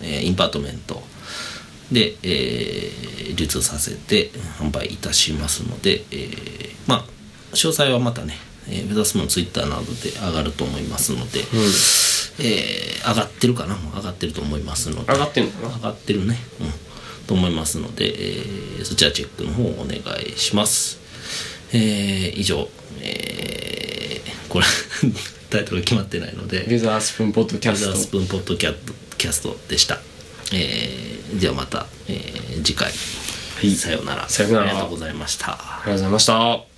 S1: えーインパートメントで、えー流通させて販売いたしますので、えーまあ詳細はまたね、えーウェザースプーンのツイッターなどで上がると思いますので、えー上がってるかなもう上がってると思いますので
S2: 上がってんのかな
S1: 上がってるね、うん、と思いますので、えーそちらチェックの方をお願いしますえー以上えーこれ タイトルが決まってないの
S2: レ
S1: で
S2: ザースプーンポッド
S1: 「
S2: キャ
S1: ザー
S2: ス
S1: ス
S2: ト
S1: プーンポッドキャットキャスト」でしたえーではまた、えー次回、さようなら
S2: さようなら
S1: ありがとうございました
S2: ありがとうございました